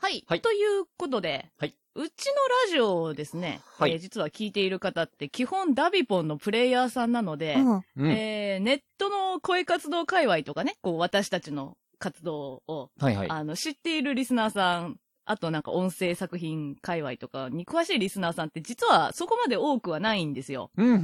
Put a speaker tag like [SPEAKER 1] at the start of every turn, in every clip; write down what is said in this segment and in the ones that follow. [SPEAKER 1] はい。
[SPEAKER 2] はい
[SPEAKER 1] ということで、
[SPEAKER 2] はい。
[SPEAKER 1] うちのラジオをですね、
[SPEAKER 2] はい
[SPEAKER 1] えー実は聞いている方って基本ダビポンのプレイヤーさんなので、
[SPEAKER 3] うん。
[SPEAKER 2] うん。
[SPEAKER 1] えーネットの声活動界隈とかね、こう私たちの活動を、
[SPEAKER 2] はいはい。
[SPEAKER 1] あの、知っているリスナーさん、あとなんか音声作品界隈とかに詳しいリスナーさんって実はそこまで多くはないんですよ。
[SPEAKER 2] うん、うん、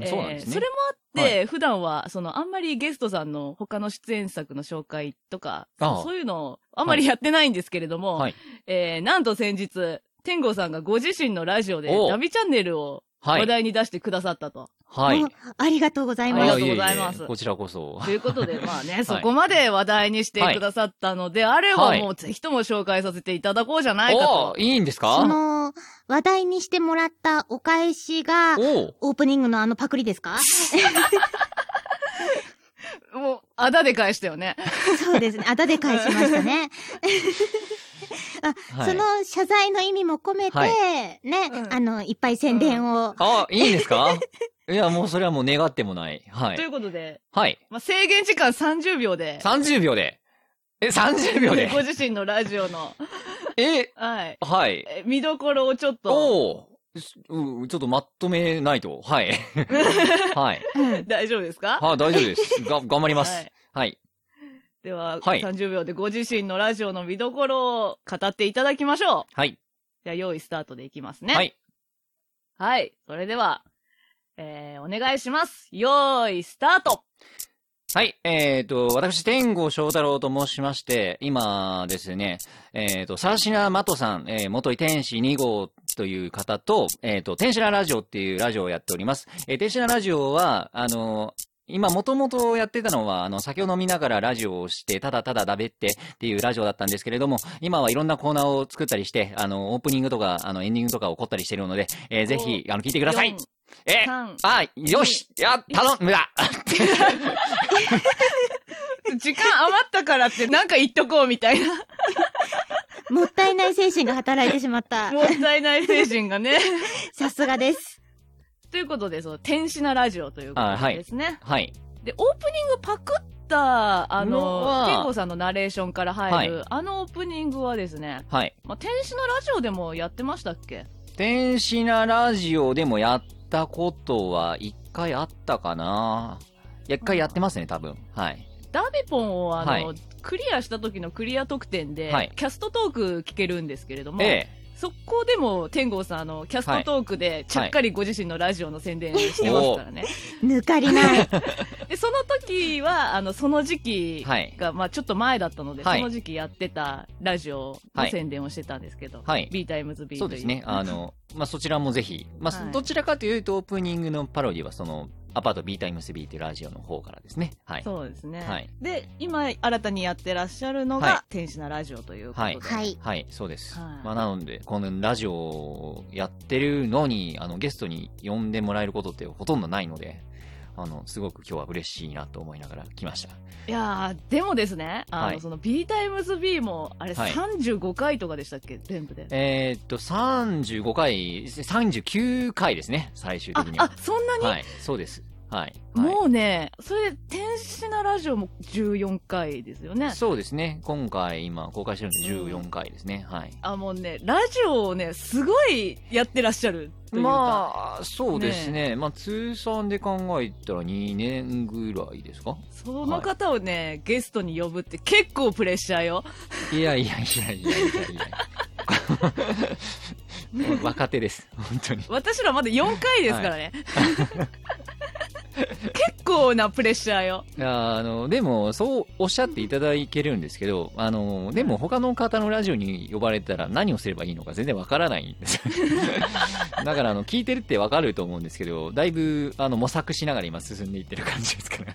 [SPEAKER 2] うん。そうなん
[SPEAKER 1] えー
[SPEAKER 2] ですね。
[SPEAKER 1] それもあっ
[SPEAKER 2] は
[SPEAKER 1] て、普段は、その、あんまりゲストさんの他の出演作の紹介とか、
[SPEAKER 2] ああ
[SPEAKER 1] そういうのをあまりやってないんですけれども、
[SPEAKER 2] はい
[SPEAKER 1] えーなんと先日、天狗さんがご自身のラジオで
[SPEAKER 2] お、う
[SPEAKER 1] ナビチャンネルを
[SPEAKER 2] は
[SPEAKER 1] 話
[SPEAKER 2] い。
[SPEAKER 1] 題に出してくださったと。
[SPEAKER 2] はい。
[SPEAKER 3] あありがとうござ
[SPEAKER 1] あ
[SPEAKER 3] い
[SPEAKER 1] り
[SPEAKER 3] ま
[SPEAKER 1] が
[SPEAKER 3] す。
[SPEAKER 1] とうございます
[SPEAKER 2] あええこちらこそ。
[SPEAKER 1] ということで、まあね、そこまで話題にしてくださったので、あれば
[SPEAKER 2] はい
[SPEAKER 1] もうぜひとも紹介させていただこうじゃないか
[SPEAKER 2] お
[SPEAKER 1] と。
[SPEAKER 2] ーいいんです
[SPEAKER 3] そ
[SPEAKER 2] か
[SPEAKER 3] の、話題にしてもらったお返しが、
[SPEAKER 2] おー
[SPEAKER 3] オープニングのあのパクリで すか
[SPEAKER 1] もう、あだで返したよね。
[SPEAKER 3] そうですね。あだで返しましたね。
[SPEAKER 2] はい
[SPEAKER 3] その謝罪の意味も込めて、
[SPEAKER 2] は
[SPEAKER 3] ね、
[SPEAKER 1] うん
[SPEAKER 3] あの、いっぱい宣伝を。
[SPEAKER 2] あ、いいんですか いや、もうそれはもう願ってもない。は
[SPEAKER 1] とい
[SPEAKER 2] い。
[SPEAKER 1] うことで、
[SPEAKER 2] はい。
[SPEAKER 1] まあ、制限時間30秒で、
[SPEAKER 2] 30秒で。え、30秒で
[SPEAKER 1] ご。自身のラジオの、
[SPEAKER 2] え、
[SPEAKER 1] はい。
[SPEAKER 2] はい。
[SPEAKER 1] え見どころをちょっと、
[SPEAKER 2] おーすうちょっとまとめないと。はい。はい。
[SPEAKER 3] うん。
[SPEAKER 1] 大丈夫ですか
[SPEAKER 2] は大丈夫です。が、頑張りま
[SPEAKER 1] は
[SPEAKER 2] す
[SPEAKER 1] い。
[SPEAKER 2] はい。
[SPEAKER 1] では、
[SPEAKER 2] はい
[SPEAKER 1] 30秒でご自身のラジオの見どころを語っていただきましょう。
[SPEAKER 2] はい。
[SPEAKER 1] じゃあ、用意スタートでいきますね。。
[SPEAKER 2] はいい。
[SPEAKER 1] はい。それでは、えー、お願いします。用意スタート
[SPEAKER 2] はい。えっ、と、私、天狗翔太郎と申しまして、今ですね、えっ、と、サーシナマトさん、えー元井天使2号という方と、えっ、と、天使なラジオっていうラジオをやっております。えー天使なラジオは、あの今、もともとやってたのは、あの、酒を飲みながらラジオをして、ただただだべってっていうラジオだったんですけれども、今はいろんなコーナーを作ったりして、あの、オープニングとか、あの、エンディングとか起こったりしてるので、えーぜひ、あの、聞いてください
[SPEAKER 1] !4、
[SPEAKER 2] え
[SPEAKER 1] 3、
[SPEAKER 2] ーあ、よしいや、頼むだ
[SPEAKER 1] 時間余ったからってなんか言っとこうみたいな、
[SPEAKER 3] もったいない精神が働いてしまった。
[SPEAKER 1] もったいない精神がね。
[SPEAKER 3] さすがです。
[SPEAKER 1] ということで、その、天使なラジオというこ
[SPEAKER 2] あ
[SPEAKER 1] と
[SPEAKER 2] はい
[SPEAKER 1] ですね。
[SPEAKER 2] はい。
[SPEAKER 1] で、オープニングパクった、あ
[SPEAKER 2] のは
[SPEAKER 1] の、天狗さんのナレーションから入る、あのオープニングはですね、
[SPEAKER 2] はい。
[SPEAKER 1] まあ、天使のラジオでもやってましたっけ
[SPEAKER 2] 天使なラジオでもやったことは一回あったかな。いや一回やってますね、多分。はい。
[SPEAKER 1] ダビポンをあの、
[SPEAKER 2] はい
[SPEAKER 1] クリアした時のクリア特典で、
[SPEAKER 2] はい
[SPEAKER 1] キャストトーク聞けるんですけれども、
[SPEAKER 2] え
[SPEAKER 1] そこでも天狗さんあの、キャストトークでちゃっかりご自身のラジオの宣伝してますからね。
[SPEAKER 3] 抜か りない。
[SPEAKER 1] で、その時は、あの、その時期
[SPEAKER 2] え。
[SPEAKER 1] が、
[SPEAKER 2] はい。
[SPEAKER 1] まあちょっと前だったので、
[SPEAKER 2] はい
[SPEAKER 1] その時期やってたラジオの宣伝をしてたんですけど、
[SPEAKER 2] はい
[SPEAKER 1] B タイムズ B
[SPEAKER 2] そう
[SPEAKER 1] と
[SPEAKER 2] で
[SPEAKER 1] い
[SPEAKER 2] す
[SPEAKER 1] う。
[SPEAKER 2] ね。あの、まあ、そちらもぜひ。まあ、
[SPEAKER 1] はい
[SPEAKER 2] どちらかというと、オープニングのパロディは、その、アパート B タイムス B っていうラジオの方からですね。はい。
[SPEAKER 1] そうですね。
[SPEAKER 2] はい
[SPEAKER 1] で、今、新たにやってらっしゃるのが、
[SPEAKER 2] はい
[SPEAKER 1] 天使なラジオということで。
[SPEAKER 2] はい。
[SPEAKER 3] はい
[SPEAKER 2] はい、そうです。
[SPEAKER 1] はい
[SPEAKER 2] まあ、なので、このラジオをやってるのに、あの、ゲストに呼んでもらえることってほとんどないので、あの、すごく今日は嬉しいなと思いながら来ました。
[SPEAKER 1] いやー、でもですね、あの、
[SPEAKER 2] はい
[SPEAKER 1] その B タイムズ B も、あれ
[SPEAKER 2] はい
[SPEAKER 1] 35回とかでしたっけ、全部で。
[SPEAKER 2] えーっと、35回、39回ですね、最終
[SPEAKER 1] あ
[SPEAKER 2] 的に、は。
[SPEAKER 1] あ、そんなに、
[SPEAKER 2] はい、そうです。はい。
[SPEAKER 1] もうね、それで、天使なラジオも14回ですよ
[SPEAKER 2] は
[SPEAKER 1] ね
[SPEAKER 2] い、。そうですね。今回、今、公開してるので14回ですね。はい。
[SPEAKER 1] あ、もうね、ラジオをね、すごいやってらっしゃるというか。
[SPEAKER 2] まあ、そうですね。まあ、通算で考えたら2年ぐらいですか
[SPEAKER 1] その方をね、ゲストに呼ぶって結構プレッシャーよ。
[SPEAKER 2] いやいやいやいやいやい や。若手です。本当に。
[SPEAKER 1] 私らまだ4回ですからね。 結構なプレッシャーよ。
[SPEAKER 2] あの、でも、そうおっしゃっていただけるんですけど、あの、でも他の方のラジオに呼ばれたら何をすればいいのか全然わからないん です。だから、あの、聞いてるってわかると思うんですけど、だいぶ、あの、模索しながら今進んでいってる感じですから。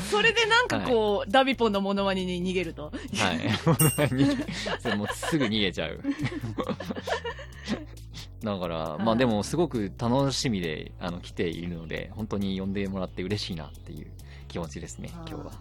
[SPEAKER 1] それでなんかこう、ダビポンのモノマネに逃げると。
[SPEAKER 2] はい。それもうすぐ逃げちゃう。だから、まあでもすごく楽しみで、あの、来ているので、本当に呼んでもらって嬉しいなっていう気持ちですね、今日は。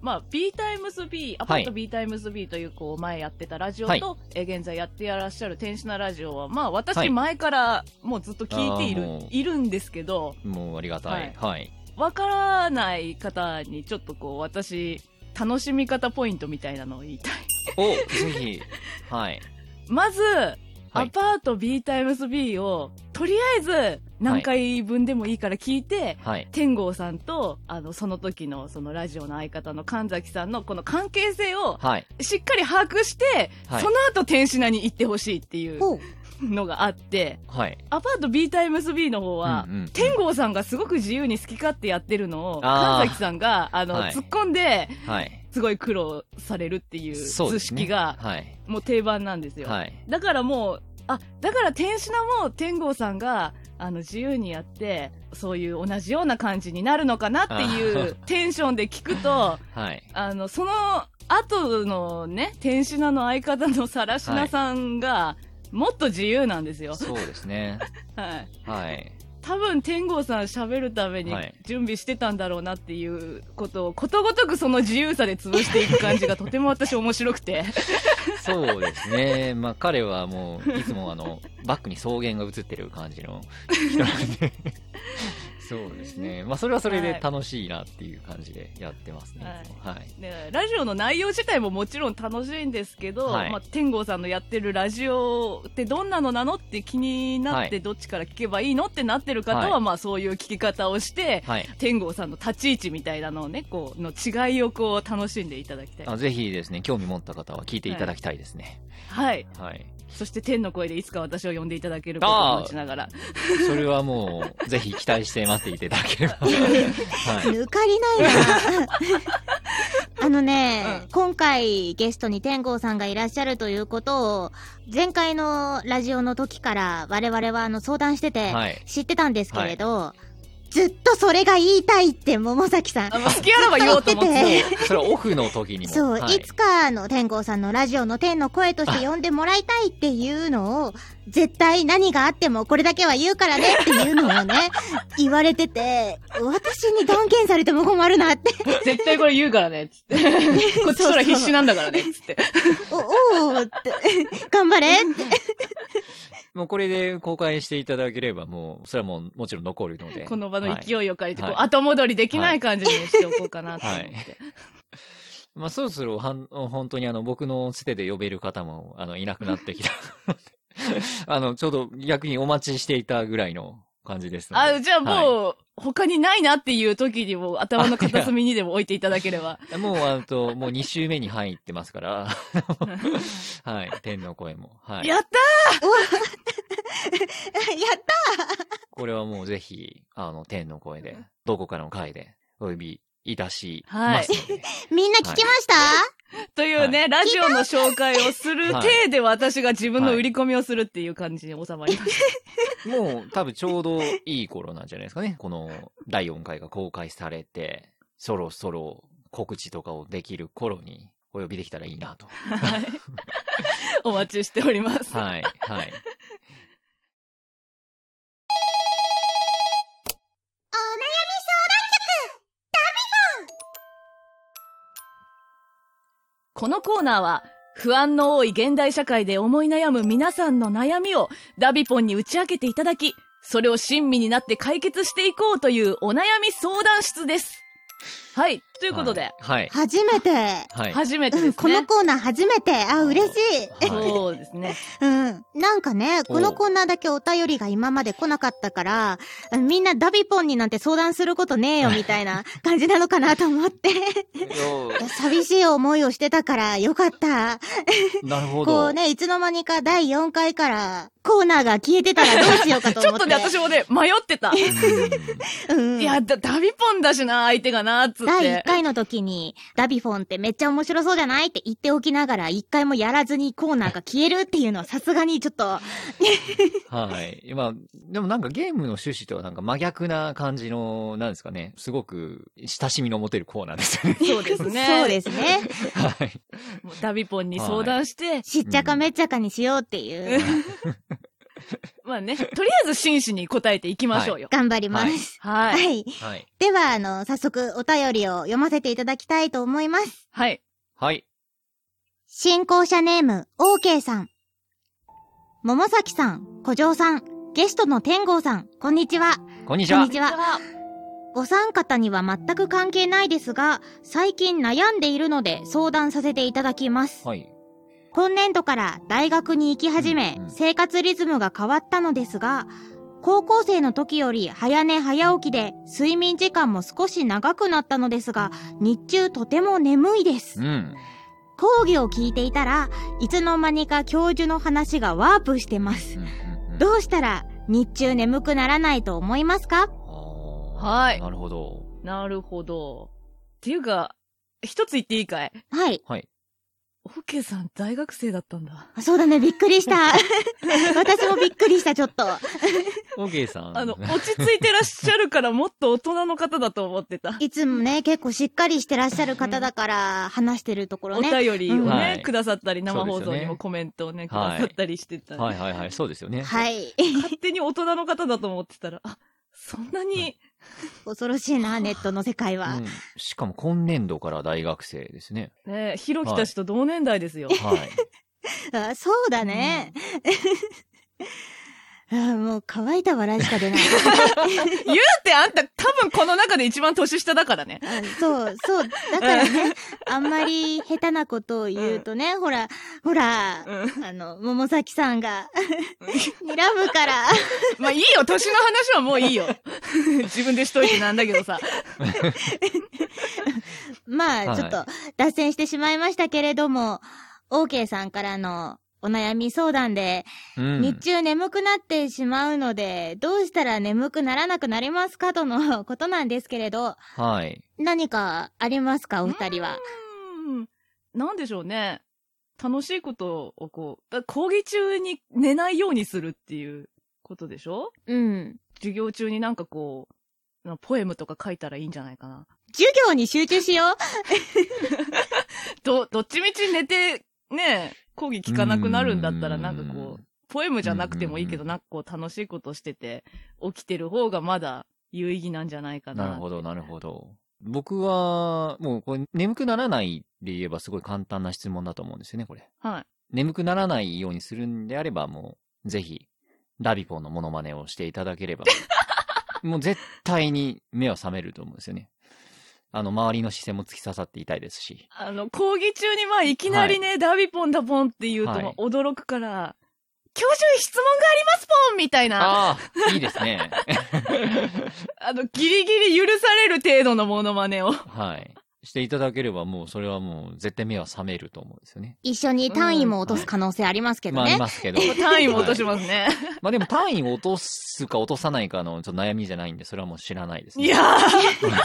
[SPEAKER 1] まあ、B タイムズ B、アパート B タイムズ B という、こう、前やってたラジオと、
[SPEAKER 2] はい
[SPEAKER 1] えー現在やっていらっしゃる天使なラジオは、まあ、
[SPEAKER 2] は
[SPEAKER 1] 私
[SPEAKER 2] い
[SPEAKER 1] 前からもうずっと聞いてい
[SPEAKER 2] あ
[SPEAKER 1] る、
[SPEAKER 2] ーもう
[SPEAKER 1] い、るんですけど、
[SPEAKER 2] もうありがたい。はい。
[SPEAKER 1] わからない方にちょっとこう、私、楽しみ方ポイントみたいなのを言いたい。
[SPEAKER 2] お、ぜひ、はい。
[SPEAKER 1] まず、
[SPEAKER 2] はい
[SPEAKER 1] アパート B タイムス B を、とりあえず、何回分でもいいから聞いて、
[SPEAKER 2] はい。
[SPEAKER 1] 天郷さんと、あの、その時の、そのラジオの相方の神崎さんの、この関係性を、
[SPEAKER 2] はい。
[SPEAKER 1] しっかり把握して、
[SPEAKER 2] はい
[SPEAKER 1] その後天品に行ってほしいっていう
[SPEAKER 3] ほう。
[SPEAKER 1] のがあって、
[SPEAKER 2] はい。
[SPEAKER 1] アパート B タイムス B の方は、
[SPEAKER 2] うんうん
[SPEAKER 1] 天郷さんがすごく自由に好き勝手やってるのを、
[SPEAKER 2] あー
[SPEAKER 1] 神崎さんが、あの、
[SPEAKER 2] はい
[SPEAKER 1] 突っ込んで、
[SPEAKER 2] はい。
[SPEAKER 1] すごい苦労されるっていう
[SPEAKER 2] そう
[SPEAKER 1] 図
[SPEAKER 2] ですね
[SPEAKER 1] 式が、
[SPEAKER 2] はい。
[SPEAKER 1] もう定番なんですよ。
[SPEAKER 2] はい。
[SPEAKER 1] だからもう、あ、だから天品も天郷さんが、あの、自由にやって、そういう同じような感じになるのかなってい
[SPEAKER 2] あ
[SPEAKER 1] うテンションで聞くと、
[SPEAKER 2] はい。
[SPEAKER 1] あの、その後のね、天品の相方のさらしなさんが、もっと自由なんですよ。
[SPEAKER 2] そうですね。
[SPEAKER 1] はい。
[SPEAKER 2] はい。
[SPEAKER 1] 多分天郷さん喋るために
[SPEAKER 2] はい
[SPEAKER 1] 準備してたんだろうなっていうことを、ことごとくその自由さで潰していく感じがとても私面白くて。
[SPEAKER 2] そうですね。まあ彼はもう、いつもあの、バックに草原が映ってる感じの人なん で。そうですね。まあそれはそれで楽しいなっていう感じでやってますね。いつもはい。
[SPEAKER 1] ね、ラジオの内容自体ももちろん楽しいんですけど、
[SPEAKER 2] はい
[SPEAKER 1] まあ、天狗さんのやってるラジオってどんなのなのって気になっ
[SPEAKER 2] は
[SPEAKER 1] てどっちから聞けばいいのってなってる方は、
[SPEAKER 2] はい
[SPEAKER 1] まあそういう聞き方をして、
[SPEAKER 2] はい。
[SPEAKER 1] 天狗さんの立ち位置みたいなのをね、こう、の違いをこう楽しんでいただきたい。
[SPEAKER 2] あぜひですね、興味持った方は聞いていただきたいですね。
[SPEAKER 1] はい。
[SPEAKER 2] はい。
[SPEAKER 1] そして天の声でいつか私を呼んでいただけることを
[SPEAKER 2] あー
[SPEAKER 1] 待ちながら。
[SPEAKER 2] それはもう、ぜひ期待して待っていただければ。 はい。
[SPEAKER 3] 抜かりないな。あのね、
[SPEAKER 1] うん
[SPEAKER 3] 今回ゲストに天狗さんがいらっしゃるということを、前回のラジオの時から我々はあの相談してて、
[SPEAKER 2] はい。
[SPEAKER 3] 知ってたんですけれど、ずっとそれが言いたいって桃崎さん
[SPEAKER 1] あ。まあ好きあらば言おうと思って。
[SPEAKER 3] ずっと言ってて
[SPEAKER 2] それはオフの時にも。
[SPEAKER 3] そう、、
[SPEAKER 2] はい
[SPEAKER 3] つかあの天狗さんのラジオの天の声として呼んでもらいたいっていうのを、絶対何があってもこれだけは言うからねっていうのをね、言われてて、私に断言されても困るなって。
[SPEAKER 1] 絶対これ言うからね、つって。 こっちそら必死なんだからね、つって。
[SPEAKER 3] お、おーって、頑張れって。
[SPEAKER 2] もうこれで公開していただければ、もう、それはもう、もちろん残るので。
[SPEAKER 1] この場の
[SPEAKER 2] はい。
[SPEAKER 1] 勢いを借りて、こう、
[SPEAKER 2] はい
[SPEAKER 1] 後戻りできない感じにしておこうかなと思って。
[SPEAKER 2] まあ、そろそろはん、本当にあの、僕の捨てで呼べる方も、あの、いなくなってきた。 あの、ちょうど逆にお待ちしていたぐらいの感じですので。
[SPEAKER 1] あ、じゃあも
[SPEAKER 2] は
[SPEAKER 1] う、他にないなっていう時にも、頭の片隅にでも置いていただければ。
[SPEAKER 2] い、もう、あと、もう2週目に入ってますから。 はい。天の声も。はい。
[SPEAKER 1] やっ
[SPEAKER 3] やっ
[SPEAKER 2] これはもうぜひ、あの、天の声で、どこかの回で、お呼びいたしますので。
[SPEAKER 3] たみんな聞きました、
[SPEAKER 1] たというね、ラジオの紹介をする
[SPEAKER 2] はい
[SPEAKER 1] 体で私が自分の売り込みをするっていう感じに収まりまし
[SPEAKER 2] もう、多分ちょうどいい頃なんじゃないですかね。この、第4回が公開されて、そろそろ告知とかをできる頃に、お呼びできたらいいなと。
[SPEAKER 1] た。はい。お待ちしております。
[SPEAKER 2] はい、はい。
[SPEAKER 1] このコーナーは、不安の多い現代社会で思い悩む皆さんの悩みをダビポンに打ち明けていただき、それを親身になって解決していこうというお悩み相談室です。はい。と
[SPEAKER 2] と
[SPEAKER 1] いうことで、
[SPEAKER 2] はい。
[SPEAKER 3] 初めて、
[SPEAKER 2] はい。はい。
[SPEAKER 1] 初めて
[SPEAKER 3] う
[SPEAKER 1] で
[SPEAKER 3] ん、
[SPEAKER 1] す
[SPEAKER 3] この
[SPEAKER 1] ね。
[SPEAKER 3] コーナー初めて。あ、嬉しい。
[SPEAKER 1] そうですね。
[SPEAKER 3] うん。なんかね、このコーナーだけお便りが今まで来なかったから、あみんなダビポンになんて相談することねえよみたいな感じなのかなと思って。い
[SPEAKER 2] よ
[SPEAKER 3] や 寂しい思いをしてたからよかった。
[SPEAKER 2] うなるほ
[SPEAKER 3] こ
[SPEAKER 2] ど。
[SPEAKER 3] うね、いつの間にか第4回からコーナーが消えてたらどうしようかと
[SPEAKER 1] ち
[SPEAKER 3] 思
[SPEAKER 1] ょ
[SPEAKER 3] っ。
[SPEAKER 1] って とね、私もね、迷ってた。い
[SPEAKER 3] うん。
[SPEAKER 1] や、だダビポンだしな、相手がな、つっ
[SPEAKER 3] 第1
[SPEAKER 1] て。
[SPEAKER 3] 回の時に、ダビフォンってめっちゃ面白そうじゃないって言っておきながら、1回もやらずにコーナーが消えるっていうのはさすがにちょっと、
[SPEAKER 2] はい。今、でもなんかゲームの趣旨とはなんか真逆な感じの、なんですかね。すごく親しみの持てるコーナーです ね。
[SPEAKER 1] そうですね。
[SPEAKER 3] そうですね。
[SPEAKER 2] はい。
[SPEAKER 1] もうダビポンに相談して、
[SPEAKER 3] しっちゃかめっちゃかにしようっていう。
[SPEAKER 1] まあね、とりあえず真摯に答えていきましょうよ。
[SPEAKER 3] 頑張ります。
[SPEAKER 1] は。
[SPEAKER 3] はいい。
[SPEAKER 2] はい。
[SPEAKER 3] では、あの、早速お便りを読ませていただきたいと思います。
[SPEAKER 1] はい。
[SPEAKER 2] はい。
[SPEAKER 3] 進行者ネーム、OK さん。桃崎さん、小城さん、ゲストの天郷さん、こんにちは。
[SPEAKER 2] こんにち
[SPEAKER 3] こん
[SPEAKER 2] は
[SPEAKER 3] に。ちは。お三方には全く関係ないですが、最近悩んでいるので相談させていただきます。
[SPEAKER 2] はい。
[SPEAKER 3] 今年度から大学に行き始め
[SPEAKER 2] うんうん
[SPEAKER 3] 生活リズムが変わったのですが高校生の時より早寝早起きで睡眠時間も少し長くなったのですが日中とても眠いです
[SPEAKER 2] うん。
[SPEAKER 3] 講義を聞いていたらいつの間にか教授の話がワープしてます
[SPEAKER 2] う
[SPEAKER 3] どうしたら日中眠くならないと思いますか
[SPEAKER 1] はい
[SPEAKER 2] なるほど。
[SPEAKER 1] なるほど。っていうか、一つ言っていいかい
[SPEAKER 3] はい
[SPEAKER 2] はい。
[SPEAKER 1] オーケーさん大学生だったんだ。
[SPEAKER 3] あそうだねびっくりした 私もびっくりしたちょっと
[SPEAKER 2] オーケーさん。
[SPEAKER 1] あ の、落ち着いてらっしゃるからもっと大人の方だと思ってた。
[SPEAKER 3] いつもね結構しっかりしてらっしゃる方だから話してるところ
[SPEAKER 1] お
[SPEAKER 3] ね
[SPEAKER 1] 便りを
[SPEAKER 3] うん
[SPEAKER 2] は
[SPEAKER 1] ね
[SPEAKER 2] い、
[SPEAKER 1] くださったり、生放
[SPEAKER 2] そう
[SPEAKER 1] 送
[SPEAKER 2] です
[SPEAKER 1] に
[SPEAKER 2] よ
[SPEAKER 1] も
[SPEAKER 2] ね
[SPEAKER 1] コメントをね、く
[SPEAKER 2] は
[SPEAKER 1] だ
[SPEAKER 2] い
[SPEAKER 1] さったりしてた。
[SPEAKER 2] はいはいはい、そうですよね。
[SPEAKER 3] はい。
[SPEAKER 1] 勝手に大人の方だと思ってたら、あ、そんなに、
[SPEAKER 3] 恐ろしいな、ネットの世界は
[SPEAKER 2] う。んしかも今年度から大学生ですね。
[SPEAKER 1] ね、ひろきたちと同年代ですよ。
[SPEAKER 2] はい。
[SPEAKER 3] あそうだね。 あもう乾いた笑いしか出ない。
[SPEAKER 1] 言うてあんた多分この中で一番年下だからね。
[SPEAKER 3] あそう、そう。だから ね、あんまり下手なことを言うとね、ほら、ほら、
[SPEAKER 1] うん。
[SPEAKER 3] あの、桃崎さんが、 睨むから。
[SPEAKER 1] まあいいよ、年の話はもういいよ。 自分でしといてなんだけどさ。
[SPEAKER 3] ま
[SPEAKER 2] は
[SPEAKER 3] あ、
[SPEAKER 2] い
[SPEAKER 3] ちょっと、脱線してしまいましたけれども、OK さんからのお悩み相談で、
[SPEAKER 2] うん
[SPEAKER 3] 日中眠くなってしまうので、どうしたら眠くならなくなりますかとのことなんですけれど、
[SPEAKER 2] はい。
[SPEAKER 3] 何かありますかお二人は。
[SPEAKER 1] うん。なんでしょうね。楽しいことをこう、だ講義中に寝ないようにするっていうことでしょ
[SPEAKER 3] うん。
[SPEAKER 1] 授業中になんかこう、なポエムとか書いたらいいんじゃないかな。
[SPEAKER 3] 授業に集中しよう。
[SPEAKER 1] ど、どっちみち寝て、ね講義聞かなくなるんだったら
[SPEAKER 2] うん
[SPEAKER 1] なんかこう、ポエムじゃなくてもいいけど、
[SPEAKER 2] うん
[SPEAKER 1] なんかこう楽しいことしてて、起きてる方がまだ有意義なんじゃないかな。
[SPEAKER 2] なるほど、なるほど。僕は、もうこれ、眠くならないで言えばすごい簡単な質問だと思うんですよね、これ。
[SPEAKER 1] はい。
[SPEAKER 2] 眠くならないようにするんであれば、もう、ぜひ、ラビポのモノマネをしていただけ れば、もう絶対に目は覚めると思うんですよね。あの、周りの視線も突き刺さっていたいですし。
[SPEAKER 1] あの、講義中にまあいきなりね、ダビポンダポンって言うと
[SPEAKER 2] はい
[SPEAKER 1] まあ驚くから、教授に質問がありますポンみたいな、あ
[SPEAKER 2] ああ、いいですね。
[SPEAKER 1] の、ギリギリ許される程度のモノマネ を。
[SPEAKER 2] はい。していただければ、もう、それはもう、絶対目は覚めると思うんですよね。
[SPEAKER 3] 一緒に単位も落とす可能性ありますけ
[SPEAKER 2] ま
[SPEAKER 3] ど
[SPEAKER 2] あ、あり
[SPEAKER 3] ね。
[SPEAKER 2] ますけど。
[SPEAKER 1] 単位も落としますね。
[SPEAKER 2] まあでも単位を落とすか落とさないかのちょっと悩みじゃないんで、それはもう知らないです、
[SPEAKER 1] い、
[SPEAKER 2] ね。
[SPEAKER 1] やー、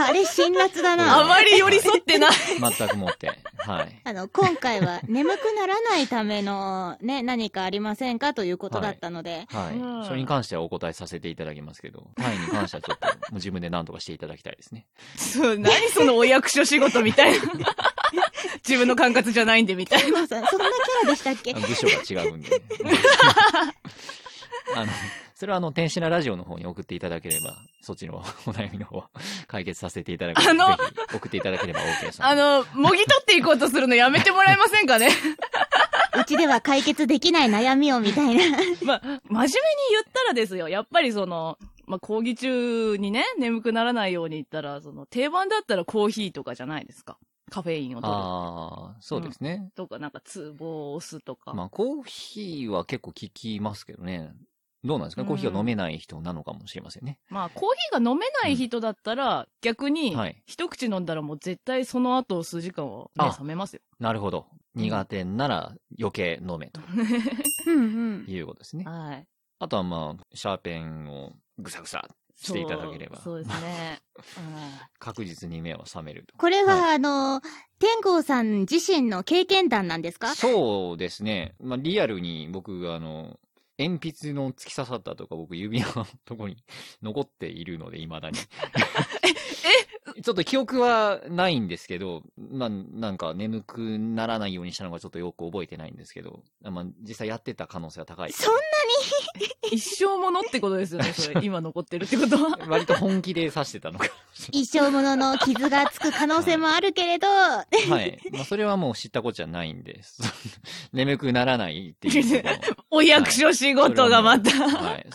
[SPEAKER 3] あれ、辛辣だ
[SPEAKER 2] うん
[SPEAKER 1] あ
[SPEAKER 3] な。
[SPEAKER 1] まり寄り添ってない。
[SPEAKER 2] 全くもって。はい。
[SPEAKER 3] あの、今回は眠くならないための、ね、何かありませんかということだったので。
[SPEAKER 1] う
[SPEAKER 2] は
[SPEAKER 1] ん
[SPEAKER 2] い。それに関してはお答えさせていただきます けど、単位に関してはちょっと、もう自分で何とかしていただきたいですね。
[SPEAKER 1] そう、何そのお役所仕事みた いな。自分の管轄じゃないんでみたいな。
[SPEAKER 3] 今さん、そんなキャラでしたっけ
[SPEAKER 2] あの部署が違 うんで、ね。あの、それはあの、天使なラジオの方に送っていただければ、そっちのお悩みの方は解決させていただく
[SPEAKER 1] あの
[SPEAKER 2] ぜひ送っていただければ OK です。
[SPEAKER 1] あ、の、もぎ取っていこうとするのやめてもらえませんかね。
[SPEAKER 3] うちでは解決できない悩みをみたいな。
[SPEAKER 1] まあ、真面目に言ったらですよ。やっぱりその、まあ、講義中にね、眠くならないように言ったら、その、定番だったらコーヒーとかじゃないですか。カフェインを取る。
[SPEAKER 2] ああ、そうですね。
[SPEAKER 1] とか、なんか、ツボを押すとか。
[SPEAKER 2] まあ、コーヒーは結構聞きますけどね。どうなんですか、
[SPEAKER 1] うん
[SPEAKER 2] コーヒーが飲めない人なのかもしれませんね。
[SPEAKER 1] まあ、コーヒーが飲めない人だったら、逆に
[SPEAKER 2] はい、
[SPEAKER 1] 一口飲んだらもう絶対その後数時間は、目
[SPEAKER 2] あ
[SPEAKER 1] 覚めますよ。
[SPEAKER 2] なるほど。苦手なら余計飲めと
[SPEAKER 3] うんうん。
[SPEAKER 2] いうことですね。
[SPEAKER 1] はい。
[SPEAKER 2] あとはまあ、シャーペンをぐさぐさしていただければ
[SPEAKER 1] そうそうですね。
[SPEAKER 2] 確実に目は覚めると。
[SPEAKER 3] これは、
[SPEAKER 2] は
[SPEAKER 3] あの、天狗さん自身の経験談なんですか
[SPEAKER 2] そうですね。まあ、リアルに僕、あの、鉛筆の突き刺さったとか僕指輪のとこに残っているので、未だ に。ちょっと記憶はないんですけど、まあ、なんか眠くならないようにしたのがちょっとよく覚えてないんですけど、まあ、実際やってた可能性は高い。
[SPEAKER 3] そん
[SPEAKER 1] うん一生ものってことですよね、それ。 今残ってるってことは。
[SPEAKER 2] 割と本気で刺してた のかもしれ
[SPEAKER 3] 一生ものの傷がつく可能性もあるけれど、
[SPEAKER 2] ない。はい。まあ、それはもう知ったことじゃないんです。 眠くならないっていうのも。
[SPEAKER 1] お役所仕事がまた。
[SPEAKER 2] はい。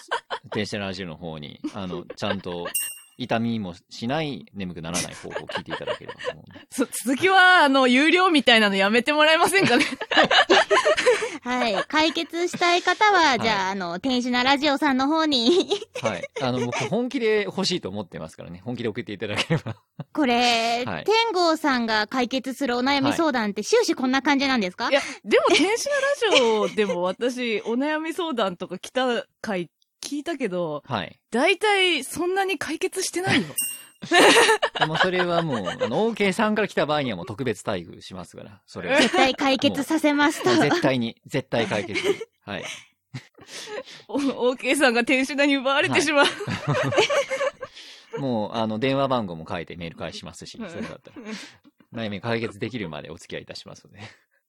[SPEAKER 2] 電車のラジオの方に、あの、ちゃんと痛みもしない、眠くならない方法を聞いていただければと思うので。
[SPEAKER 1] そ続きは、あの、有料みたいなのやめてもらえませんかね
[SPEAKER 3] はい。解決したい方は、じゃあ、あの、天使なラジオさんの方に、
[SPEAKER 2] はい。あの、僕、本気で欲しいと思ってますからね。本気で送っていただければ。
[SPEAKER 3] これ、
[SPEAKER 2] はい
[SPEAKER 3] 天狗さんが解決するお悩み相談って終始こんな感じなんですか、
[SPEAKER 1] いや、 でも、天使のラジオでも私、お悩み相談とか来た回、聞いたけど、
[SPEAKER 2] はい。
[SPEAKER 1] 大体、そんなに解決してないよ。
[SPEAKER 2] もうそれはもう、あの、OK さんから来た場合にはもう特別待遇しますから、それは。
[SPEAKER 3] 絶対解決させますと
[SPEAKER 2] もう。絶対に、絶対解決。はい。
[SPEAKER 1] お、OK さんが天使なに奪われてしまう。
[SPEAKER 2] もう、あの、電話番号も書いてメール返しますし、それだったら。悩み解決できるまでお付き合いいたしますので。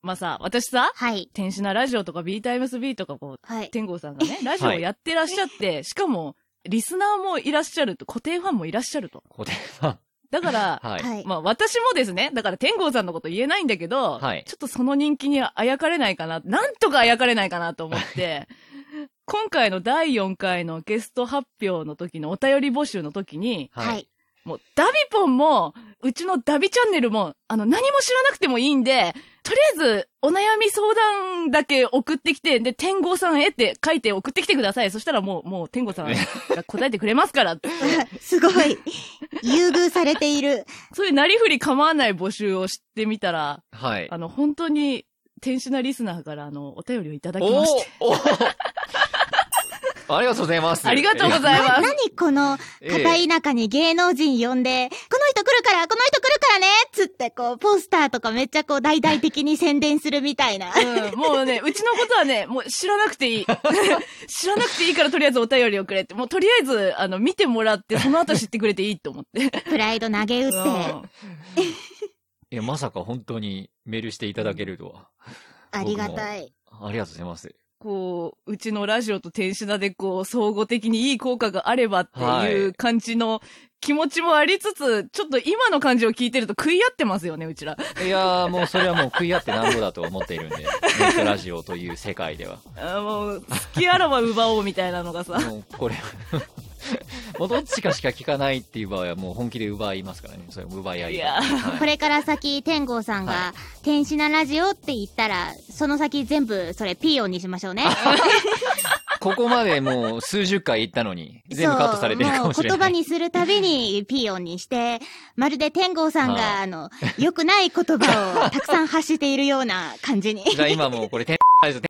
[SPEAKER 1] まあさ、私さ、
[SPEAKER 3] はい。
[SPEAKER 1] 天使なラジオとか B タイムス B とかこ う、
[SPEAKER 3] はい。
[SPEAKER 1] 天狗さんがね、ラジオをやってらっしゃって、しかも、リスナーもいらっしゃると、固定ファンもいらっしゃると。
[SPEAKER 2] 固定は。
[SPEAKER 1] だ から、
[SPEAKER 2] はい。
[SPEAKER 3] はい。
[SPEAKER 1] まあ私もですね、だから天狗さんのこと言えないんだけど、
[SPEAKER 2] はい
[SPEAKER 1] ちょっとその人気にあやかれないかな、なんとかあやかれないかなと思って、 今回の第4回のゲスト発表の時のお便り募集の時に、
[SPEAKER 3] はい。
[SPEAKER 2] はい。
[SPEAKER 1] もうダビポンも、うちのダビチャンネルも、あの何も知らなくてもいいんで、とりあえずお悩み相談だけ送ってきて、で、天狗さんへって書いて送ってきてください。そしたらもう、もう天狗さ んが答えてくれますから、
[SPEAKER 3] すごい。優遇されている。
[SPEAKER 1] そういうなりふり構わない募集をしてみたら、
[SPEAKER 2] はい。
[SPEAKER 1] あの、本当に、天使なリスナーから、あの、お便りをいただき
[SPEAKER 2] お
[SPEAKER 1] ま
[SPEAKER 2] ー
[SPEAKER 1] して。
[SPEAKER 2] おーありがとうございます。
[SPEAKER 1] ありがとうございます。
[SPEAKER 3] 何この、
[SPEAKER 2] ええ
[SPEAKER 3] 片田舎に芸能人呼んで、この人来るから、この人来るからねつって、こう、ポスターとかめっちゃこう、大々的に宣伝するみた いな。
[SPEAKER 1] うん、もうね、うちのことはね、もう知らなく ていい。知らなくていいからとりあえずお便りをくれって。もうとりあえず、あの、見てもらって、その後知ってくれていいと思 って。
[SPEAKER 3] プライド投げ打って。
[SPEAKER 1] うん
[SPEAKER 2] いや、まさか本当にメールしていただけるとは。
[SPEAKER 3] ありがたい。
[SPEAKER 2] ありがとうございます。
[SPEAKER 1] こう、うちのラジオと天使なで、こう、総合的にいい効果があればってい
[SPEAKER 2] は
[SPEAKER 1] う
[SPEAKER 2] い
[SPEAKER 1] 感じの気持ちもありつつ、ちょっと今の感じを聞いてると食い合ってますよね、うちら。
[SPEAKER 2] いやー、もうそれはもう食い合ってなんぼだと思っている んで、ネットラジオという世界では。
[SPEAKER 1] あもう、好きあらば奪おうみたいなのがさ。
[SPEAKER 2] もうこれ、 もうどっちかしか聞かないっていう場合はもう本気で奪いますからね。それも奪い合い。
[SPEAKER 1] いやー
[SPEAKER 2] はい
[SPEAKER 3] これから先、天狗さん
[SPEAKER 2] は
[SPEAKER 3] が、天使なラジオって言ったら、その先全部、それ、ピーオンにしましょうね。
[SPEAKER 2] ここまでもう数十回言ったのに、 全部カットされてるかもしれない。
[SPEAKER 3] そうう言葉にするたびにピー音にして、まるで天狗さん
[SPEAKER 2] は
[SPEAKER 3] が、
[SPEAKER 2] い
[SPEAKER 3] あの、良くない言葉をたくさん発しているような感 じに。
[SPEAKER 2] じゃあ今もうこれ、天ラジオ、天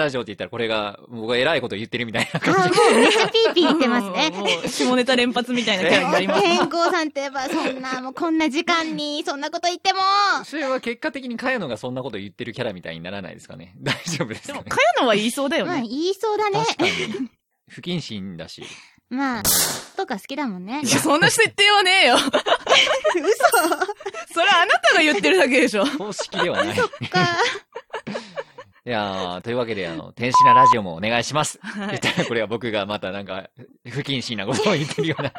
[SPEAKER 2] ラジオって言ったらこれが、僕が偉いこと言ってるみたいな
[SPEAKER 3] あ、も
[SPEAKER 2] 感じ。
[SPEAKER 3] うめっちゃピーピー言ってますね。
[SPEAKER 1] もう、下ネタ連発みたい なキャラになります。
[SPEAKER 3] 天狗さんって言えば、そんな、もうこんな時間に、そんなこと言っても、
[SPEAKER 2] それは結果的にカヤノがそんなこと言ってるキャラみたいにならないですかね。 大丈夫です
[SPEAKER 1] で
[SPEAKER 2] か
[SPEAKER 1] も、
[SPEAKER 2] ね
[SPEAKER 1] か。やのは言いそうだよ
[SPEAKER 3] まあ
[SPEAKER 1] ね。
[SPEAKER 3] 言いそうだね。
[SPEAKER 2] 確かに。不謹慎だし。
[SPEAKER 3] まあ、とか好きだも んね
[SPEAKER 1] い。や、そんな設定はねえよ。
[SPEAKER 3] 嘘
[SPEAKER 1] それあなたが言ってるだけでしょ。
[SPEAKER 2] 公式ではない。い
[SPEAKER 3] か。
[SPEAKER 2] やーというわけで、あの、天使なラジオもお願いします。
[SPEAKER 1] は
[SPEAKER 2] 言 っ
[SPEAKER 1] い。
[SPEAKER 2] たらこれは僕がまたなんか、不謹慎なことを言ってるような。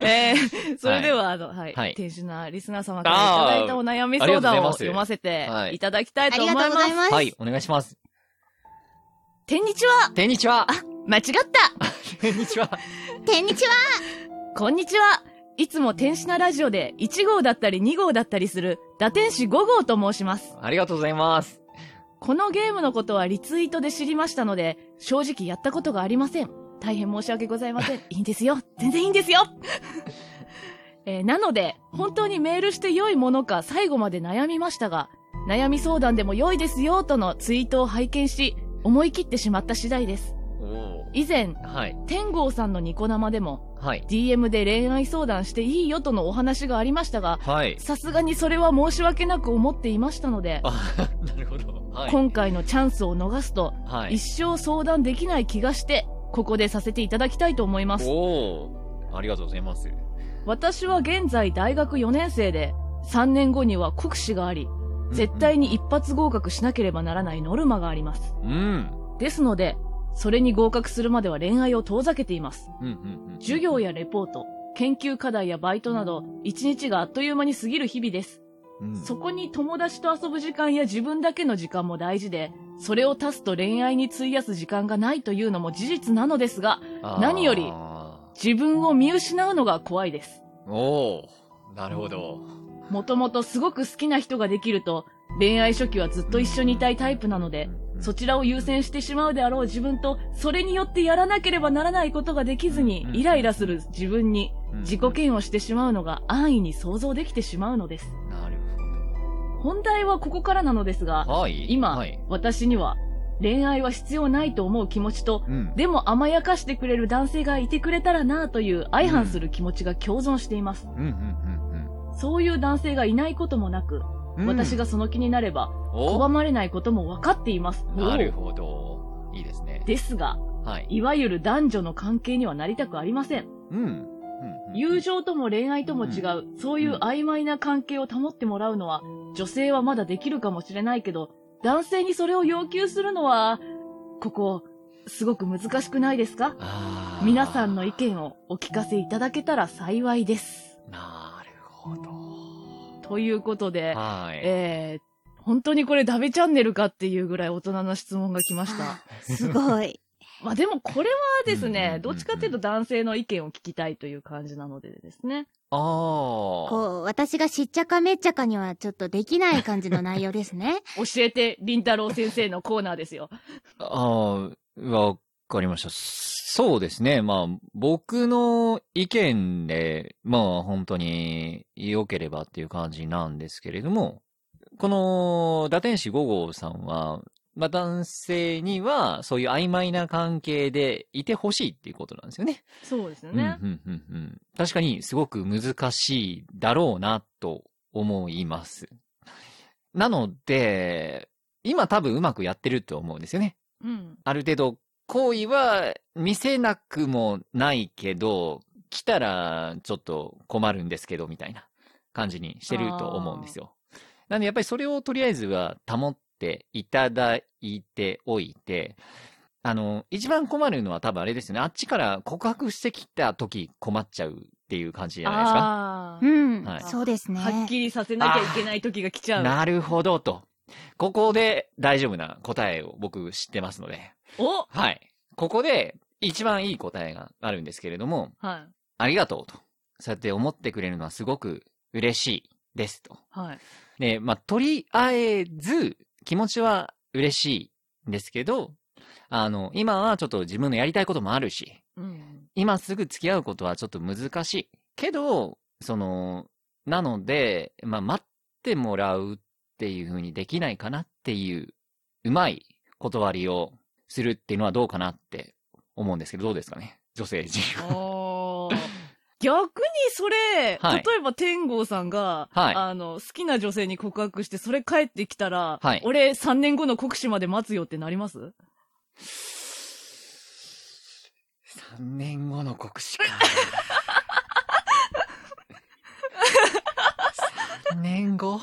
[SPEAKER 1] えー、それでは、あの、は。
[SPEAKER 2] はいい
[SPEAKER 1] 天使なリスナー様からいただいたお悩み相談を読ませていただきたい
[SPEAKER 3] あ
[SPEAKER 1] と
[SPEAKER 3] り
[SPEAKER 1] 思い
[SPEAKER 3] がとうご
[SPEAKER 1] ま
[SPEAKER 3] ざ
[SPEAKER 1] す
[SPEAKER 3] い。ます。
[SPEAKER 2] はい、お願いします。
[SPEAKER 1] 天日は、
[SPEAKER 2] 天にちは
[SPEAKER 1] 間違った。
[SPEAKER 2] 天にちは
[SPEAKER 3] 天日は、
[SPEAKER 1] こんにちは。いつも天使なラジオで1号だったり2号だったりする、打天使5号と申します。
[SPEAKER 2] ありがとうございます。
[SPEAKER 1] このゲームのことはリツイートで知りましたので、正直やったことがありません。大変申し訳ございませ ん。いいんですよ。全然いいんですよ。 えーなので、本当にメールして良いものか最後まで悩みましたが、悩み相談でも良いですよとのツイートを拝見し、思い切ってしまった次第です。
[SPEAKER 2] お
[SPEAKER 1] 以前、
[SPEAKER 2] ーはい、
[SPEAKER 1] 天豪さんのニコ生でも、
[SPEAKER 2] はい、
[SPEAKER 1] DM で恋愛相談していいよとのお話がありましたが、
[SPEAKER 2] はい。
[SPEAKER 1] さすがにそれは申し訳なく思っていましたので、
[SPEAKER 2] あ、 なるほど。はい。
[SPEAKER 1] 今回のチャンスを逃すと、
[SPEAKER 2] はい。
[SPEAKER 1] 一生相談できない気がして、ここでさせていただきたいと思います。
[SPEAKER 2] おーありがとうございます。
[SPEAKER 1] 私は現在大学4年生で、3年後には国試があり、絶対に一発合格しなければならないノルマがあります。
[SPEAKER 2] うん。うん。
[SPEAKER 1] ですので、それに合格するまでは恋愛を遠ざけています。
[SPEAKER 2] うん、うん、うん。
[SPEAKER 1] 授業やレポート、研究課題やバイトなど、一日があっという間に過ぎる日々です。
[SPEAKER 2] うん、
[SPEAKER 1] そこに友達と遊ぶ時間や自分だけの時間も大事で、それを足すと恋愛に費やす時間がないというのも事実なのですが、
[SPEAKER 2] あー
[SPEAKER 1] 何より自分を見失うのが怖いです。
[SPEAKER 4] おおなるほど。
[SPEAKER 1] もともとすごく好きな人ができると、恋愛初期はずっと一緒にいたいタイプなので、そちらを優先してしまうであろう自分と、それによってやらなければならないことができずに
[SPEAKER 2] う、ん
[SPEAKER 1] イライラする自分に
[SPEAKER 2] うん
[SPEAKER 1] 自己嫌悪してしまうのが安易に想像できてしまうのです。
[SPEAKER 2] なる
[SPEAKER 1] 本題はここからなのですが
[SPEAKER 2] ほ、ど。はい。
[SPEAKER 1] 今、
[SPEAKER 2] はい。
[SPEAKER 1] 私には恋愛は必要ないと思う気持ちと、
[SPEAKER 2] うん。
[SPEAKER 1] でも甘やかしてくれる男性がいてくれたらなぁという相反する気持ちが共存しています。
[SPEAKER 2] うん、うん、
[SPEAKER 1] そういう男性がいないこともなく、
[SPEAKER 2] うん、うん。
[SPEAKER 1] 私がその気になれば、
[SPEAKER 2] お、
[SPEAKER 1] 拒まれないことも分かっています。
[SPEAKER 2] なるほど。いいですね。
[SPEAKER 1] ですが、
[SPEAKER 2] はい。
[SPEAKER 1] いわゆる男女の関係にはなりたくありません。
[SPEAKER 2] うん。うんうん
[SPEAKER 1] 友情とも恋愛とも違う、そういう曖昧な関係を保ってもらうのは、女性はまだできるかもしれないけど、男性にそれを要求するのは、ここ、すごく難しくないですか
[SPEAKER 2] あー
[SPEAKER 1] 皆さんの意見をお聞かせいただけたら幸いです。
[SPEAKER 2] なるほど。
[SPEAKER 1] ということで、
[SPEAKER 2] はい。
[SPEAKER 1] えー、本当にこれダメチャンネルかっていうぐらい大人な質問が来ました。
[SPEAKER 3] すごい。
[SPEAKER 1] まあでもこれはです
[SPEAKER 2] うんうんうんう
[SPEAKER 1] ね
[SPEAKER 2] ん、
[SPEAKER 1] どっちかっていうと男性の意見を聞きたいという感じなのでですね。
[SPEAKER 2] ああ。
[SPEAKER 3] こう、私がしっちゃかめっちゃかにはちょっとできない感じの内容です ね。
[SPEAKER 1] 教えて、りんたろう先生のコーナーですよ。
[SPEAKER 2] ああ、わかりました。そうですね。まあ、僕の意見で、まあ、本当に良ければっていう感じなんですけれども、この、打天使5号さんは、まあ、男性には、そういう曖昧な関係でいてほしいっていうことなんですよね。
[SPEAKER 1] そうですよ
[SPEAKER 2] うん、う
[SPEAKER 1] ね。
[SPEAKER 2] ん、うん、うん。確かに、すごく難しいだろうな、と思います。なので、今多分うまくやってると思うんですよね。
[SPEAKER 1] うん。
[SPEAKER 2] ある程度、行為は見せなくもないけど、来たらちょっと困るんですけど、みたいな感じにしてると思うんですよ。なんでやっぱりそれをとりあえずは保っていただいておいて、あの、一番困るのは多分あれですよね。あっちから告白してきた時困っちゃうっていう感じじゃないですか。
[SPEAKER 1] あ
[SPEAKER 3] う
[SPEAKER 1] ー
[SPEAKER 3] ん、
[SPEAKER 2] はい
[SPEAKER 3] そうですね。
[SPEAKER 1] はっきりさせなきゃいけない時が来ちゃう。
[SPEAKER 2] なるほどと。ここで大丈夫な答えを僕知ってますので。
[SPEAKER 1] お
[SPEAKER 2] はい。ここで、一番いい答えがあるんですけれども、
[SPEAKER 1] はい。
[SPEAKER 2] ありがとうと。そうやって思ってくれるのはすごく嬉しいですと。
[SPEAKER 1] はい。
[SPEAKER 2] で、まあ、とりあえず、気持ちは嬉しいんですけど、あの、今はちょっと自分のやりたいこともあるし、
[SPEAKER 1] うん。
[SPEAKER 2] 今すぐ付き合うことはちょっと難しい。けど、その、なので、まあ、待ってもらうっていう風にできないかなっていう、うまい断りをするっていうのはどうかなって思うんですけど、どうですかね女性陣は。
[SPEAKER 1] おー。逆にそれ、
[SPEAKER 2] はい
[SPEAKER 1] 例えば天狗さんが、
[SPEAKER 2] はい
[SPEAKER 1] あの、好きな女性に告白して、それ帰ってきたら、
[SPEAKER 2] はい
[SPEAKER 1] 俺3年後の国試まで待つよってなります
[SPEAKER 2] 3年後の国試か。3年後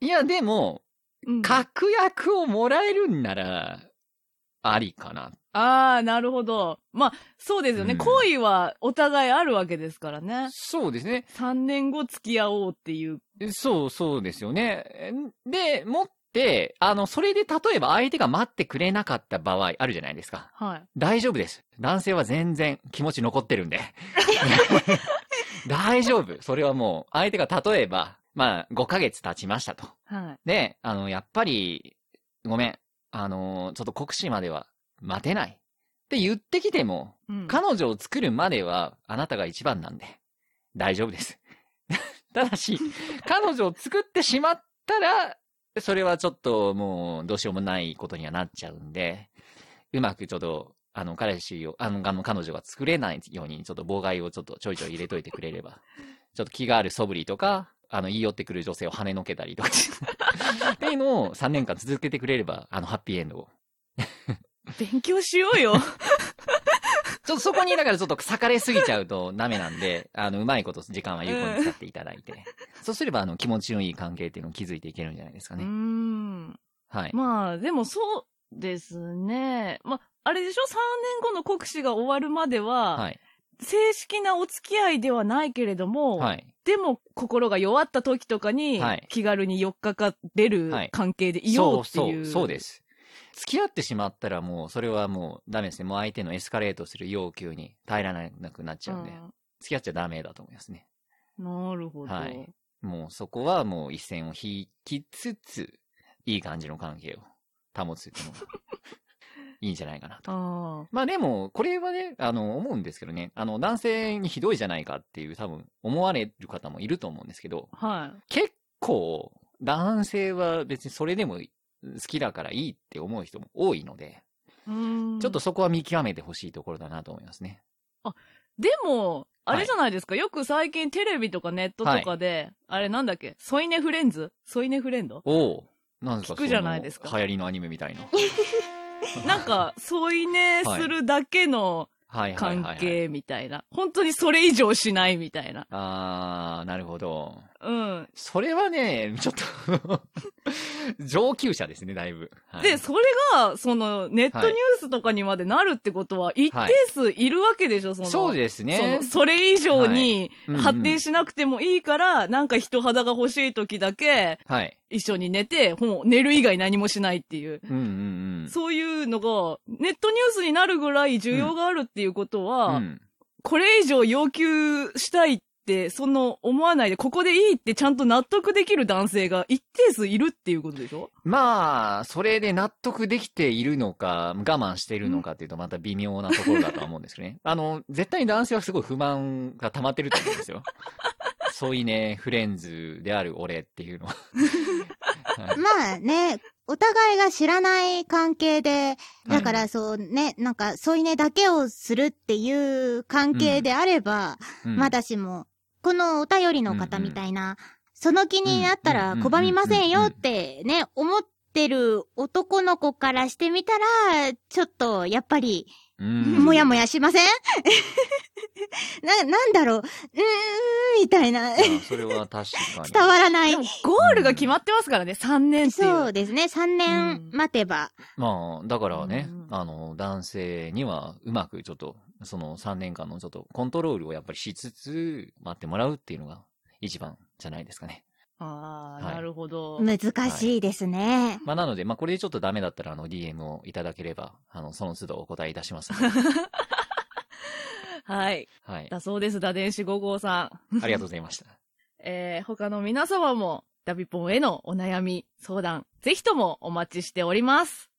[SPEAKER 2] いや、でも、
[SPEAKER 1] うん
[SPEAKER 2] 確約をもらえるんなら、ありかな。
[SPEAKER 1] ああ、なるほど。まあ、そうですよね。
[SPEAKER 2] うん
[SPEAKER 1] 好意はお互いあるわけですからね。
[SPEAKER 2] そうですね。
[SPEAKER 1] 3年後付き合おうっていう。
[SPEAKER 2] そうそうですよね。んで、持って、あの、それで例えば相手が待ってくれなかった場合あるじゃないですか。
[SPEAKER 1] はい。
[SPEAKER 2] 大丈夫です。男性は全然気持ち残ってるん で。大丈夫。それはもう、相手が例えば、まあ、5ヶ月経ちましたと。
[SPEAKER 1] はい。
[SPEAKER 2] で、あの、やっぱり、ごめん。あの、ちょっと国試までは待てない。って言ってきても、
[SPEAKER 1] うん。
[SPEAKER 2] 彼女を作るまではあなたが一番なんで、大丈夫です。 ただし、彼女を作ってしまったら、それはちょっともうどうしようもないことにはなっちゃうんで、うまくちょっと、あの、彼氏を、あの、あの彼女が作れないように、ちょっと妨害をちょっとちょいちょい入れといてくれれば、ちょっと気がある素振りとか、あの、言い寄ってくる女性を跳ねのけたり とか、っていうのを3年間続けてくれれば、あの、ハッピーエンドを。
[SPEAKER 1] 勉強しよう よ。
[SPEAKER 2] ちょっとそこに、だからちょっと裂かれすぎちゃうとダメなんで、あの、うまいこと時間は有効に使っていただいて。そうすれば、あの、気持ちのいい関係っていうのを築いていけるんじゃないですか
[SPEAKER 1] うー
[SPEAKER 2] ね。
[SPEAKER 1] ん。
[SPEAKER 2] はい。
[SPEAKER 1] まあ、でもそうですね。まあ、あれでしょ ?3 年後の国試が終わるまでは、
[SPEAKER 2] はい。
[SPEAKER 1] 正式なお付き合いではないけれども、
[SPEAKER 2] はい。
[SPEAKER 1] でも心が弱った時とかに、
[SPEAKER 2] はい
[SPEAKER 1] 気軽に4日か出る
[SPEAKER 2] はい
[SPEAKER 1] 関係でいようっていう。
[SPEAKER 2] そうそう、そうです。付き合ってしまったらもう、それはもうダメですね。もう相手のエスカレートする要求に耐えられなくなっちゃうんで、付き合っちゃダメだと思いますね。
[SPEAKER 1] うんなるほど。
[SPEAKER 2] はいもうそこはもう一線を引きつつ、いい感じの関係を保つっていうのがいいんじゃないかなと。
[SPEAKER 1] あ
[SPEAKER 2] まあでも、これはね、あの、思うんですけどね、あの、男性にひどいじゃないかっていう多分、思われる方もいると思うんですけど、
[SPEAKER 1] あ、はい。
[SPEAKER 2] 結構、男性は別にそれでも好きだからいいって思う人も多いので、
[SPEAKER 1] うーん
[SPEAKER 2] ちょっと、そこは見極めてほしいところだなと思いますね。
[SPEAKER 1] でも、
[SPEAKER 2] はい
[SPEAKER 1] あれじゃないですか、よく最近テレビとかネットとかで、あれなんだっけ、添い寝フレンズ添い寝フレン ド
[SPEAKER 2] おおなんですか
[SPEAKER 1] 聞くじゃないですか
[SPEAKER 2] その流行りのアニメみたい な。
[SPEAKER 1] なんか、添い寝するだけの
[SPEAKER 2] はいはいはい、は
[SPEAKER 1] 関
[SPEAKER 2] い。
[SPEAKER 1] 係みたいな。本当にそれ以上しないみたいな。
[SPEAKER 2] あー、なるほど。
[SPEAKER 1] うん。
[SPEAKER 2] それはね、ちょっと、 上級者ですね、だいぶ。はい
[SPEAKER 1] で、それが、その、ネットニュースとかにまでなるってことは、一定数いるわけでしょ、その。
[SPEAKER 2] そうですね
[SPEAKER 1] その。それ以上に
[SPEAKER 2] うんうん
[SPEAKER 1] 発展しなくてもいいから、なんか人肌が欲しい時だけ
[SPEAKER 2] はい。
[SPEAKER 1] 一緒に寝て、もう寝る以外何もしないっていう。
[SPEAKER 2] うんうんうん。
[SPEAKER 1] そういうのが、ネットニュースになるぐらい需要があるっていうことは、
[SPEAKER 2] うん
[SPEAKER 1] これ以上要求したいって、その思わないで、ここでいいってちゃんと納得できる男性が一定数いるっていうことでしょ
[SPEAKER 2] まあ、それで納得できているのか、我慢しているのかっていうとまた微妙なところだとは思うんです けどね。あの、絶対に男性はすごい不満が溜まってると思うんですよ。 そういね、フレンズである俺っていうのは。はい
[SPEAKER 3] まあね、お互いが知らない関係で、だからそうね、なんか添い寝だけをするっていう関係であれば、
[SPEAKER 2] うん
[SPEAKER 3] まだしも、このお便りの方みたいな、その気になったら拒みませんよってね、思ってる男の子からしてみたら、ちょっとやっぱり、
[SPEAKER 2] うん
[SPEAKER 3] もやもやしません な、なんだろう、うーん、みたいな、
[SPEAKER 2] あ
[SPEAKER 3] 伝
[SPEAKER 2] それは確かに。
[SPEAKER 3] わらない
[SPEAKER 1] でも。、ゴールが決まってますからね、3年っていう。
[SPEAKER 3] そうですね、3
[SPEAKER 1] う
[SPEAKER 3] 年
[SPEAKER 1] ん
[SPEAKER 3] 待てば。
[SPEAKER 2] まあ、だからね、
[SPEAKER 1] うん
[SPEAKER 2] あの、男性にはうまくちょっと、その3年間のちょっとコントロールをやっぱりしつつ、待ってもらうっていうのが一番じゃないですかね。
[SPEAKER 1] ああ、
[SPEAKER 2] はい
[SPEAKER 1] なるほど。
[SPEAKER 3] 難しいですね。
[SPEAKER 2] まあ、なので、まあ、これでちょっとダメだったら、あの、DM をいただければ、あの、その都度お答えいたしますので。
[SPEAKER 1] はい。
[SPEAKER 2] はい。
[SPEAKER 1] だそうです、打電子5号さん。
[SPEAKER 2] ありがとうございました。
[SPEAKER 1] えー、他の皆様も、ダビポンへのお悩み、相談、ぜひともお待ちしております。